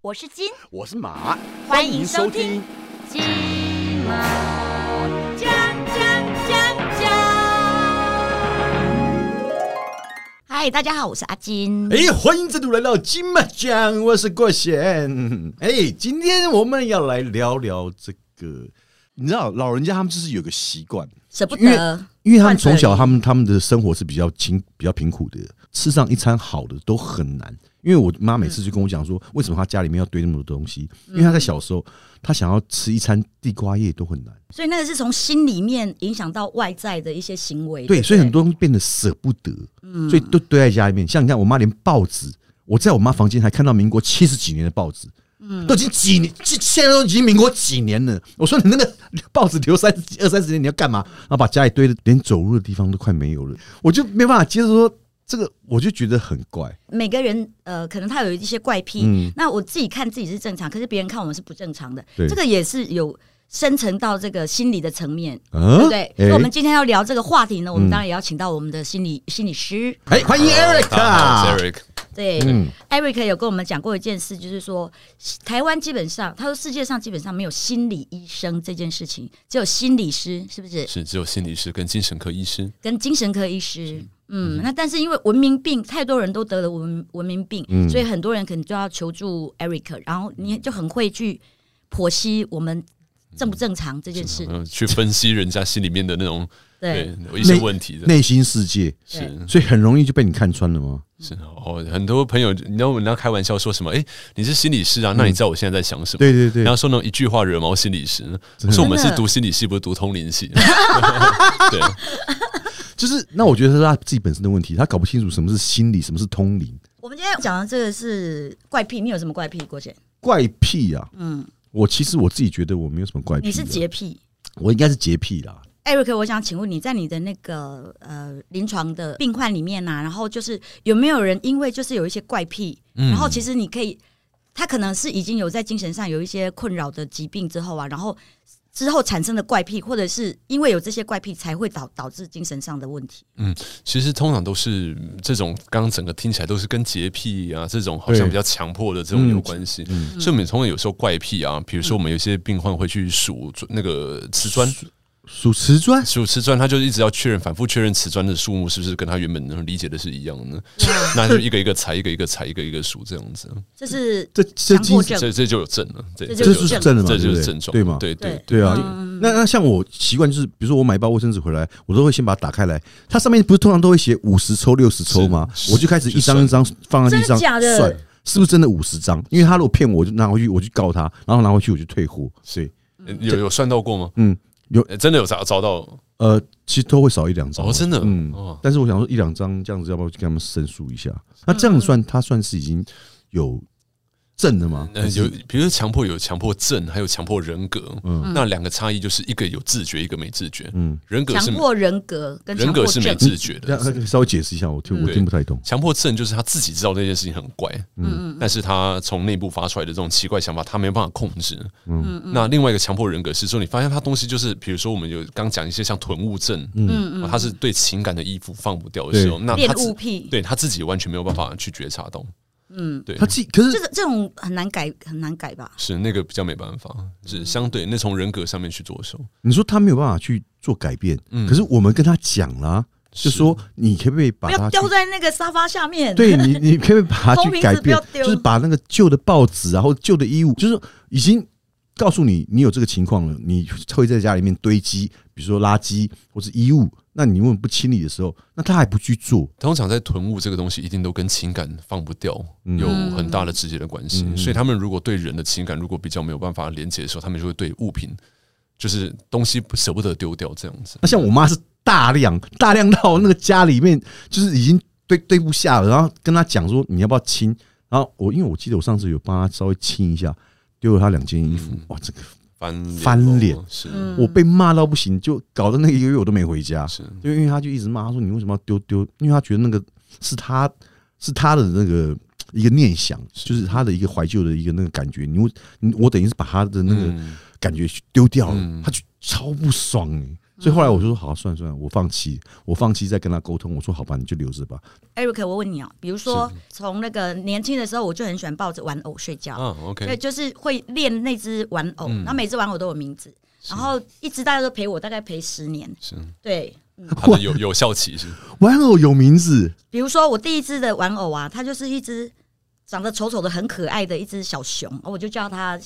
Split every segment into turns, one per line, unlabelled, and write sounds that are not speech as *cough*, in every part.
我是金，
我是马，
欢迎收听金马讲讲讲讲。嗨，大家好，我是阿金。
哎，欢迎再度来到金马奖，我是郭贤。哎，今天我们要来聊聊这个，你知道老人家他们就是有个习惯，
舍不得，
因为他们从小他们他们的生活是比较清比较贫苦的，吃上一餐好的都很难。因为我妈每次就跟我讲说，为什么她家里面要堆那么多东西？因为她在小时候，她想要吃一餐地瓜叶都很难。
所以那个是从心里面影响到外在的一些行为。
对，
不嗯
所以很多东西变得舍不得，所以都堆在家里面。像你看，我妈连报纸，我在我妈房间还看到民国七十几年的报纸，
嗯
都已经几年，现现在都已经民国几年了。我说你那个 *laughs* 报纸留三十几、二三十年，你要干嘛？然后把家里堆的连走路的地方都快没有了，我就没办法接受说这个，我就觉得很怪。
每个人呃，可能他有一些怪癖。那我自己看自己是正常，可是别人看我们是不正常的。
嗯对
这个也是有深层到这个心理的层面，
嗯、
对不对？所以
哎
我们今天要聊这个话题呢，我
嗯
们当然也要请到我们的心理心理师。
哎、欢迎 Eric，、
大家好我是 Eric，
对、艾 e r i c 有跟我们讲过一件事，就是说台湾基本上，他说世界上基本上没有心理医生这件事情，只有心理师，是不是？
是只有心理师跟精神科医师，
跟精神科医师。嗯，那但是因为文明病，太多人都得了文文明病，所以很多人可能就要求助 Eric，然后你就很会去剖析我们正不正常这件事。
嗯，去分析人家心里面的那种
对，
有一些问题的，
内心世界，
是
所以很容易就被你看穿了吗？
是哦，很多朋友，你知道我们要开玩笑说什么？哎、你是心理师啊，那你知道我现在在想什么？
嗯对对对
然后说那种一句话惹毛心理师，我说我们是读心理系，不是读通
*laughs*
灵系。对，
就是那我觉得是他自己本身的问题，他搞不清楚什么是心理，什么是通灵。
我们今天讲的这个是怪癖，你有什么怪癖？郭姐，
怪癖啊，
嗯，
我其实我自己觉得我没有什么怪癖，
你是，洁癖。
我应该是洁癖啦。
Eric，我想请问你在你的那个呃临床的病患里面啊呐、然后就是有没有人因为就是有一些怪癖，然后其实你可以，他可能是已经有在精神上有一些困扰的疾病之后啊，然后之后产生的怪癖，或者是因为有这些怪癖才会导导致精神上的问题。
其实通常都是嗯这种，刚刚整个听起来都是跟洁癖啊这种好像
对嗯
比较强迫的这种有关系。所以我们通常有时候怪癖啊，比如说我们有些病患会去数那个瓷砖，
数瓷砖，
数瓷砖，他就是一直要确认、反复确认瓷砖的数目是不是跟他原本理解的是一样
*laughs*
的，那就一个一个裁，一个一个裁，一个一个数这样子，
这是
这这
强迫
精
症
神
这这就有症了，这
这就
这就
有
是
是
症
正了嘛，
这就
对不
是
对
症状，
对吗？
对对
对
对，
对啊
嗯，
那那像我习惯就是，比如说我买一包卫生纸回来，我都会先把它打开来，它上面不是通常都会写五十抽、六十抽吗？
是
我就开始一张一张放在地
真
上
的假的
算，是不是真的五十张？因为他如果骗我，我就拿回去，我就告他，然后拿回去我就退货。所以
呃有有算到过吗？
嗯有
呃，真的有找找到
呃，其实都会少一两张
哦，。真的，
嗯
哦，
但是我想说一两张这样子，要不要去跟他们申诉一下？
嗯
那这样算他算是已经有证了吗？
呃，有，比如说强迫有强迫症，还有强迫人格，
嗯
那两个差异就是一个有自觉，一个没自觉，
嗯，
人格是
强迫人格跟强
人
迫
格是没
症。
自觉
这
*laughs* 的，
样稍微解释一下，我听我
嗯
听不太懂。
强迫症就是他自己知道那件事情很怪，嗯，但是他从内部发出来的这种奇怪想法，他没有办法控制，嗯。那另外一个强迫人格是说，你发现他东西就是，比如说我们有刚讲一些像囤物症，嗯，他是对情感的衣服放不掉的时候，那
恋
他自
物癖
对他自己完全没有办法去觉察到，嗯，对
他，自己可
这
是
个这种很难改，很难改吧？
是那个比较没办法，是相对那从人格上面去着手，
你说他没有办法去做改变，
嗯
可是我们跟他讲啦，就说你可不可以把
不
它
要
去
丢在那个沙发下面。
对你，你可不可以把它
空
去
瓶
改
子不
变
要，丢
就是把那个旧的报纸啊，或旧的衣物，就是已经告诉你你有这个情况了，你会在家里面堆积，比如说垃圾或是衣物，那你为什么不清理的时候，那他还不去做，
通常在囤物这个东西，一定都跟情感放不掉有
嗯
很大的直接的关系。所以他们如果对人的情感如果比较没有办法连接的时候，他们就会对物品，就是东西不舍不得丢掉这样子
那。像我妈是大量大量到那个家里面，就是已经堆堆不下了，然后跟她讲说你要不要清，然后我因为我记得我上次有帮她稍微清一下，丢了她两件衣服，哇，这个
翻脸
翻脸
哦是
嗯
我被骂到不行，就搞得那个一个月我都没回家，
是
就因为她就一直骂，她说你为什么要丢丢，因为她觉得那个是她是她的那个。一个念想，就是她的一个怀旧的一个那个感觉，你我你我等于是把她的那个
嗯
感觉丢掉了，
嗯
她就超不爽、欸，所以后来我就说，好，算了算了，我放弃，我放弃再跟他沟通。我说，好吧，你就留着吧。
Eric，我问你哦、比如说从那个年轻的时候，我就很喜欢抱着玩偶睡觉，
嗯
对，
，OK，
就是会练那只玩偶，
嗯
然后每只玩偶都有名字，然后一直大家都陪我，大概陪十年。
是
对，
它的有有效期是
玩偶有名
嗯
字，
比如说我第一只的玩偶啊，它就是一只长得丑丑的、很可爱的一只小熊，我就叫它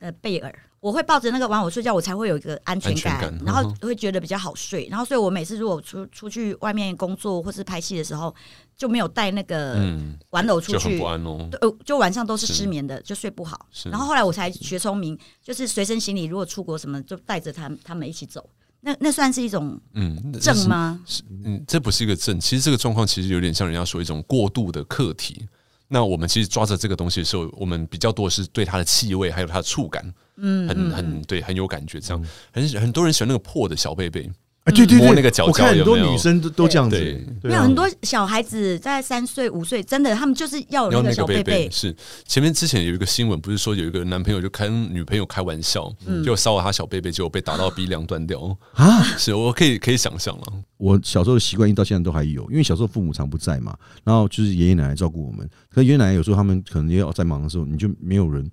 呃贝尔。我会抱着那个玩偶睡觉，我才会有一个安全感，
安全感
然后
嗯
会觉得比较好睡。然后，所以我每次如果出出去外面工作或是拍戏的时候，就没有带那个
嗯，
玩偶出
就很
去，
不安哦。
对呃，就晚上都是
是
失眠的，就睡不好。
是
然后后来我才学聪明，就是随身行李如果出国什么，就带着他们他们一起走。那那算是一种
嗯，
呃
那这
症
是
吗？
嗯，这不是一个症，其实这个状况其实有点像人家说一种过度的课题。那我们其实抓着这个东西的时候，我们比较多的是对它的气味还有它的触感，嗯，很很对，很有感觉。这样，
嗯
很很多人喜欢那个破的小贝贝，
哎，对对
摸
对，
那个脚
我看
胶
很
有
多
没有
女生都都这样子
对，
没
对
有
啊
很多小孩子在三岁五岁，真的他们就是要有
然
那个
后那
小
个
贝
贝
贝
贝，是前面之前有一个新闻，不是说有一个男朋友就跟女朋友开玩笑，
嗯
就骚扰他小贝贝，结果被打到鼻梁断掉。
啊。
是我可以可以想象了，
我小时候的习惯一直到现在都还有，因为小时候父母常不在嘛，然后就是爷爷奶奶照顾我们。可是爷爷奶奶有时候他们可能也要在忙的时候，你就没有人，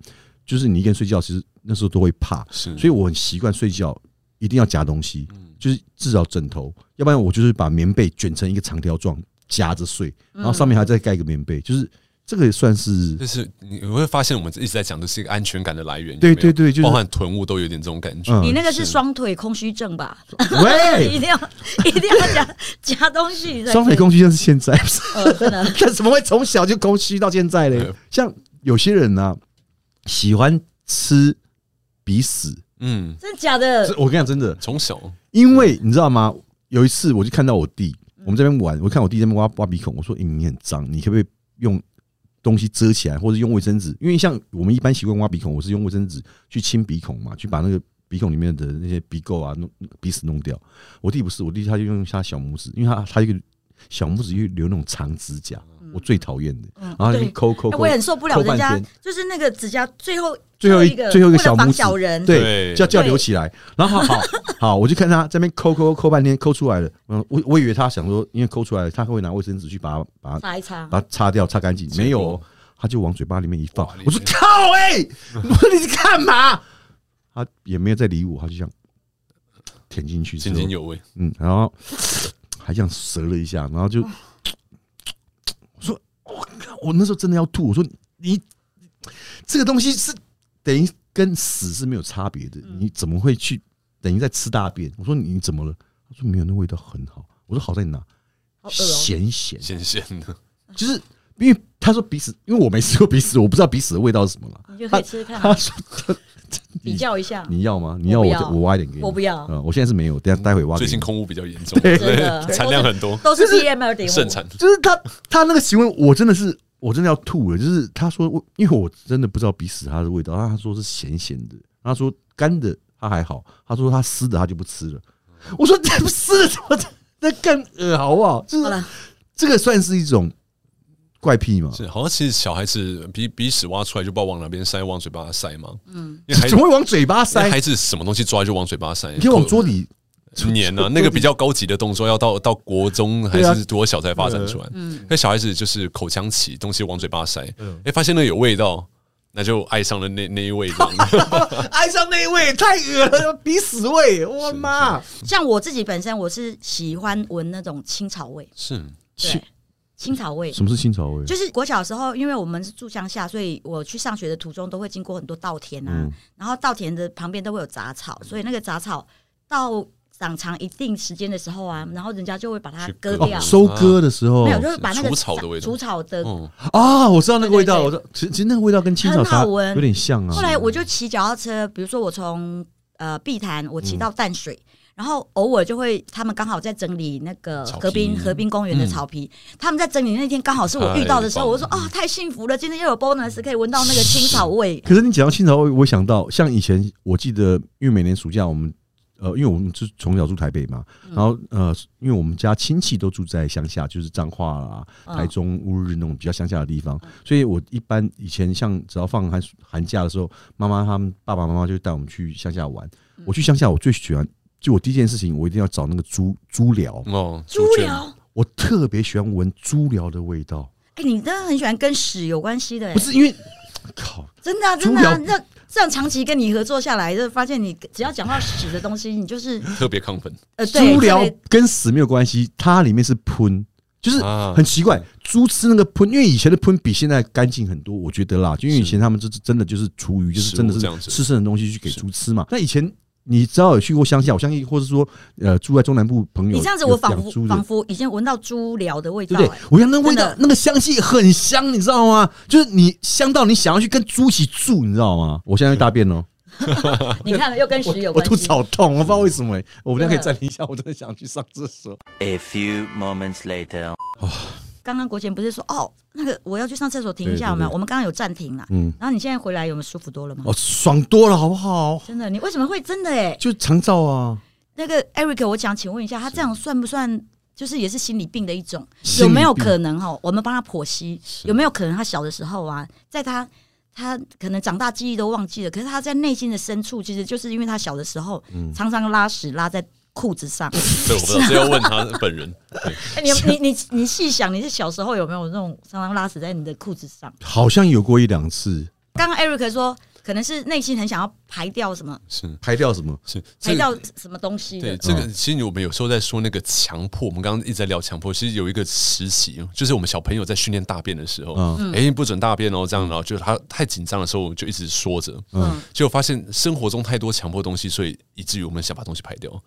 就是你一个人睡觉，其实那时候都会怕，
是，
所以我很习惯睡觉一定要夹东西，
嗯
就是至少枕头，要不然我就是把棉被卷成一个长条状夹着睡，
嗯
然后上面还再盖一个棉被，就是这个也算是
就是你你会发现我们一直在讲的是一个安全感的来源，
对
有没有
对对就是
包含臀部都有点这种感觉。
嗯
你那个是
是
双腿空虚症吧？ *laughs* 一
*laughs* 喂，
定要一定要夹夹东西在
哎双腿空虚症是现在， *laughs*
呃，真的，
看怎么会从小就空虚到现在嘞？像有些人呢、喜欢吃鼻屎，
嗯，
真的假的
这？我跟你讲真的，
从小
因为你知道吗？有一次我就看到我弟，
嗯
我们这边玩，我看我弟在那边挖挖鼻孔，我说：“欸你很脏，你可不可以用东西遮起来，或者用卫生纸？因为像我们一般习惯挖鼻孔，我是用卫生纸去清鼻孔嘛，去把那个鼻孔里面的那些鼻垢啊、弄鼻屎弄掉。我弟不是，我弟他就用他小拇指，因为他他一个小拇指又留那种长指甲，我最讨厌的。
嗯
然后他就
对
抠抠
哎
抠，
我也很受不了
抠
人
半
家
天，
就是那个指甲最后
最后一
个
最后一
为
个
了
小
防
拇指
小人，
对，
对
叫叫
对
留起来。然后好 *laughs* 好，我就看他这边抠抠抠半天，抠出来了。嗯，我我以为他想说，因为抠出来了，他会拿卫生纸去把它把它
擦一擦。
把它擦掉，擦干净。没有哦，他就往嘴巴里面一放
哇。
我说 *laughs* 靠哎、我说你在干嘛？他也没有再理我，他就这样舔进去之
津
后，
津有味，
嗯，然后还这样折了一下，然后就我说我靠，我那时候真的要吐，我说你这个东西是等于跟死是没有差别的，
嗯
你怎么会去等于在吃大便？我说你怎么了？他说没有，那味道很好。我说好在哪？
好恶哦
咸咸，
咸咸的，
就是因为他说鼻屎，因为我没吃过鼻屎，我不知道鼻屎的味道是什么
*laughs*
了。
你就可以吃吃看，
他说
比较一下。
啊你要吗？你要
我不
我
要
就我挖一点给你。
我不要
嗯，我现在是没有，等一下待会挖给
最
你
近。空污比较严重，
真的
产量很多，
都是 PM 二点五，
盛产。
就是他他那个行为，我真的是我真的要吐了。就是他说，我因为我真的不知道鼻屎它的味道，他说是咸咸的，他说干的他还好，他说他湿的他就不吃了。我说这不是怎么那更恶好不好？就
好
是
了，
这个算是一种怪癖嘛？
是，好像其实小孩子鼻鼻屎挖出来就不知道往哪边塞，往嘴巴塞嘛。嗯，因为孩子
怎么会往嘴巴
因为
塞？
孩子什么东西抓就往嘴巴塞，
你可以往桌底
粘啊，那个比较高级的动作要到到国中还
对啊
是多小才发展出来。
啊
嗯，那小孩子就是口腔期，东西往嘴巴塞，
嗯
哎，发现那有味道，那就爱上了那那一味这样。
*laughs* 爱上那一位，太恶了，鼻屎味！我妈，
像我自己本身，我是喜欢闻那种青草味，
是，
对，青草味。
什么是清朝味？
就是我小时候，因为我们是住乡下，所以我去上学的途中都会经过很多稻田啊，
嗯
然后稻田的旁边都会有杂草，所以那个杂草到长长一定时间的时候啊，然后人家就会把它
去
割
割
掉，
哦，收割的时候
没有，就是把那个
除草的味道
除草的。
嗯，
啊，我知道那个味道，
对对对
我知道，其实其实那个味道跟青草
很好
茶
闻
有点像啊。
后来我就骑脚踏车，比如说我从呃碧潭，我骑到淡
嗯
水。然后偶尔就会，他们刚好在整理那个
草
河滨
皮
河滨公园的草皮，
嗯
他们在整理那天刚好是我遇到的时候，
太棒
我就说啊、太幸福了，今天又有 bonus 可以闻到那个青草味，
可是你讲到清朝味，我想到像以前，我记得，因为每年暑假我们，呃，因为我们是从小住台北嘛，
嗯
然后呃，因为我们家亲戚都住在乡下，就是彰化啦、
嗯
台中、乌日那种比较乡下的地方，所以我一般以前像只要放
嗯
寒暑寒假的时候，妈妈他们爸爸妈妈就带我们去乡下玩。我去乡下，我最喜欢就我第一件事情，我一定要找那个猪猪疗，
嗯
哦，
猪
卷
疗，
我特别喜欢闻猪疗的味道，
哎、你真的很喜欢跟屎有关系的、哎
不是因为靠，
真的、啊、真的、啊
猪，疗
让这样长期跟你合作下来，就发现你只要讲到屎的东西，你就是
特别亢奋
呃，对，
猪疗
特别
跟死没有关系，它里面是喷，就是
啊
很奇怪，猪吃那个喷，因为以前的喷比现在干净很多，我觉得啦，就因为以前他们就是真的就是厨余，就是真的
食物这样子
是吃剩的东西去给猪吃嘛。那以前你只要有去过乡下，我相信，或是说呃住在中南部朋友，
你这样子，我仿
有
佛
养猪的
仿佛已经闻到猪疗的味道
对
了、
不对？我想那味
真
道
的，
那个香气很香，你知道吗？就是你香到你想要去跟猪一起住，你知道吗？我现在要大便喽，
你看又跟
我
屎有
我
关系。
肚子好痛，我不知道为什么、欸。我们俩可以
真的
暂停一下，我真的想去上厕所。
A few moments later.
刚刚国贤不是说哦，那个我要去上厕所停一
对
下，
对
有没有？
对
我们刚刚有暂停啦。
嗯，
然后你现在回来有没有舒服多了吗？
哦，爽多了，好不好？
真的，你为什么会真的、欸？哎，
就长照啊，
那个 Eric，我想请问一下，他这样算不算？就是也是心理病的一种，
心
有
理
没有
病
可能哈？我们帮他剖析，有没有可能他小的时候啊，在他他可能长大记忆都忘记了，可是他在内心的深处，其实就是因为他小的时候、
嗯
常常拉屎拉在裤子
*laughs*
上。
对，我不知道，这要问他本人。对
哎、你你你你细想，你是小时候有没有那种常常拉屎在你的裤子上？
好像有过一两次
刚刚 Eric 说，可能是内心很想要排掉什么，
是
拍掉什么，
是
排
这个
掉什么东西
对
的。
这个，其实我们有时候在说那个强迫，我们刚刚一直在聊强迫，其实有一个时期，就是我们小朋友在训练大便的时候，
嗯
哎、不准大便哦，这样，然后就他太紧张的时候，我们就一直说着，嗯，结果发现生活中太多强迫东西，所以以至于我们想把东西排掉。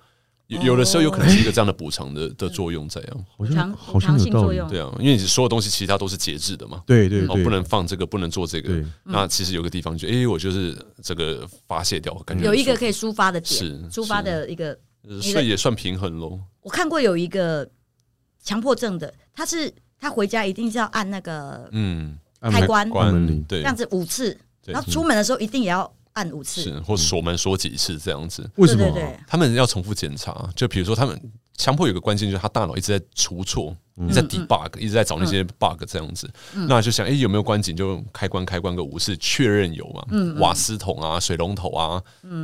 有有的时候有可能是一个这样的补偿的的作用在啊，
好
常
像好像
常
有
性
道
作
理。
用，嗯
对啊，因为你所有东西其实它都是节制的嘛，
对对
哦，
对，
不能放这个，不能做这个
对。
那其实有个地方就，哎，我就是这个发泄掉，感觉
有一个
很
可以抒发的点，
嗯是
抒发的一个。
舒服，所以也算平衡喽。
我看过有一个强迫症的，他是他回家一定是要按那个
嗯，
按
开
门
关，
关门铃
这
对，
样子五次，
对
然后出门的时候一定也要按五次。
是或锁门锁几次这样子。
为什么
对
啊？
对对，
他们要重复检查，就比如说他们强迫有个关键就是他大脑一直在除错，
嗯
一
嗯
直在 debug，、一直在找那些 bug 这样子。那就想，哎、有没有关紧就开关开关个五次，确认有嘛？
嗯
瓦斯桶啊，水龙头啊，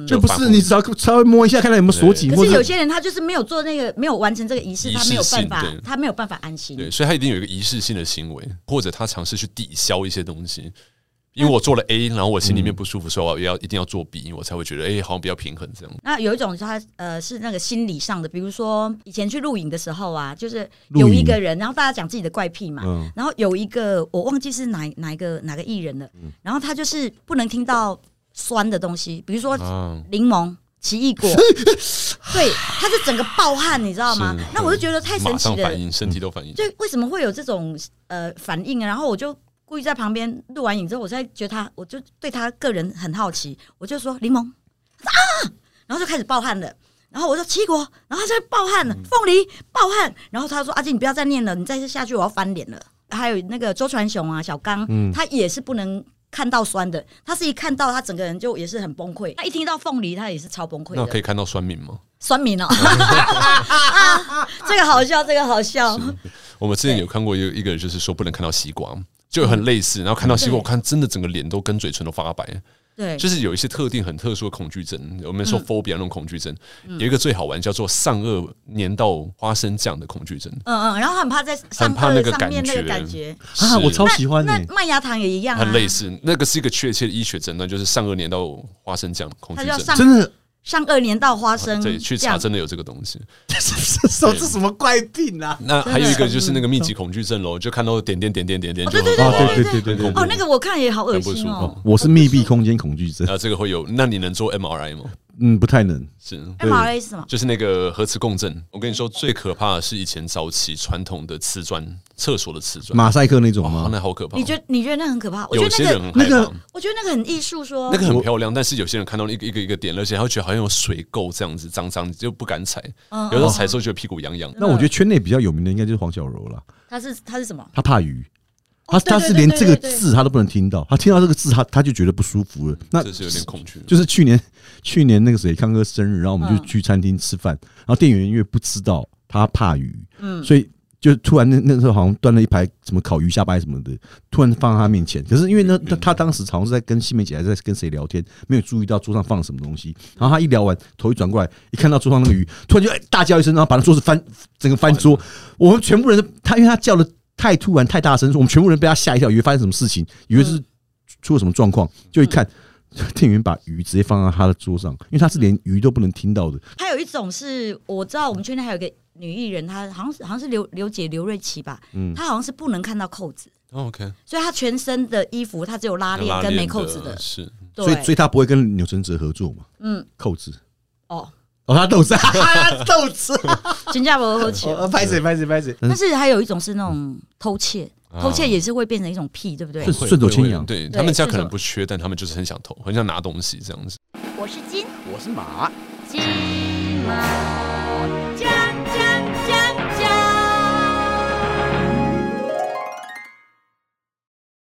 这不
反
是
复
你只要稍微摸一下，看看有没有锁紧，
可
或
是有
者
些人他就是没有做那个，没有完成这个仪式，
仪
他
式
没有办
性
法
对，
他没有办法安心。
对，所以他一定有一个仪式性的行为，或者他尝试去抵消一些东西。因为我做了 A，然后我心里面不舒服，所以
嗯
我要一定要做 B，我才会觉得哎、好像比较平衡这样。
那有一种是他呃是那个心理上的，比如说以前去露营的时候啊，就是
露营
有一个人，然后大家讲自己的怪癖嘛，
嗯
然后有一个我忘记是哪哪一个哪个艺人了，然后他就是不能听到酸的东西，比如说
啊，
柠檬、奇 *laughs* 异果，对，他是整个暴汗，你知道吗
是？
那我就觉得太神
马
奇
上
了
反，应，身体都反应。
就为什么会有这种呃反应啊？然后我就故意在旁边录完影之后，我才觉得他，我就对他个人很好奇，我就说柠檬啊，然后就开始暴汗了。然后我说奇异果，然后他就暴汗了，凤梨暴汗。然后他说阿啊金，你不要再念了，你再下去我要翻脸了。还有那个周传雄啊，小刚，他也是不能。看到酸的，他是一看到他整个人就也是很崩溃。他一听到凤梨，他也是超崩溃
那
的。
可以看到酸敏吗？
酸 *laughs* 民哦，啊这个好笑，这个好笑。
我们之前有看过一个一个人，就是说不能看到西瓜，就很类似。然后看到西瓜，
嗯对
我看真的整个脸都跟嘴唇都发白，
对，
就是有一些特定很特殊的恐惧症。我们
嗯
说 phobia 那种恐惧症，有一个最好玩叫做上颚粘到花生酱的恐惧症。
嗯嗯，然后很怕在上
很怕那
颚
个
上面那个
感
感
觉
觉，
啊，我超喜欢
那
欸
麦芽糖也一样啊，
很类似，那个是一个确切的医学诊断，就是上颚粘到花生酱恐惧
它叫
症。
真的， *laughs*
上颚粘到花生，
对，去查真的有这个东西。
手这什么怪病啊？
那还有一个就是那个密集恐惧症咯，就看到点点点点点点，
哦
就
对对
啊，
对
对对对对
很恐怖
哦，那个我看也好恶
很不
心
舒服
哦。
我是密闭空间恐惧症
然，后这个会有。那你能做 MRI 吗？
嗯，不太能。
是
MRA 是什么？
就是那个核磁共振。我跟你说，最可怕的是以前早期传统的瓷砖，厕所的瓷砖，
马赛克那种
哇，
吗？
哦那好可怕。
你觉得你觉得那很可怕？我觉
有
得
些
那
人
个，
很害怕
那个
我觉得那个很艺术，说
那个很漂亮，但是有些人看到一个一个一个点，而且他会觉得好像有水垢这样子，脏脏就不敢踩。
嗯
有时候踩的时候觉得屁股痒痒。
那我觉得圈内比较有名的应该就是黄小柔了，
它是它是什么？
她怕鱼。
嗯
她
哦对
她
对
是
对
连
对
这个
对对
字她都不能听到，她听到这个字，她她就觉得不舒服了。那
这是有点恐惧，
就是去年 *laughs* 去年那个谁康哥生日，然后我们就去餐厅吃饭，然后店员因为不知道他怕鱼，所以就突然那那时候好像端了一排什么烤鱼下巴什么的，突然放在他面前。可是因为那他他当时好像是在跟西梅姐还是在跟谁聊天，没有注意到桌上放了什么东西。然后他一聊完，头一转过来，一看到桌上那个鱼，突然就哎大叫一声，然后把那桌子翻 *laughs* 整个翻桌。我们全部人，他因为他叫的太突然太大声，我们全部人被他吓一跳，以为发生什么事情，以为是出了什么状况。就一看，店员把鱼直接放在他的桌上，因为他是连鱼都不能听到的。
还有一种是我知道我们圈内还有一个女艺人，她好像是好像是刘刘姐刘瑞琦吧，
嗯
她好像是不能看到扣子，
哦 OK，
所以她全身的衣服她只有拉链
拉
跟没
链
扣子的，
是
对，
所以所以他不会跟钮承泽合作嘛。嗯，扣子。
哦，
哦，他豆子，豆子，
新加坡喝酒。
哦拍谁拍谁拍谁，
但是还有一种是那种偷窃，
啊
偷窃也是会变成一种癖，对不对
是？
会
顺手牵
会
羊
对
对
他们家
这
可能
种
不缺，但他们就是很想偷，很想拿东西这样子。
我是金，
我是马，
金马奖。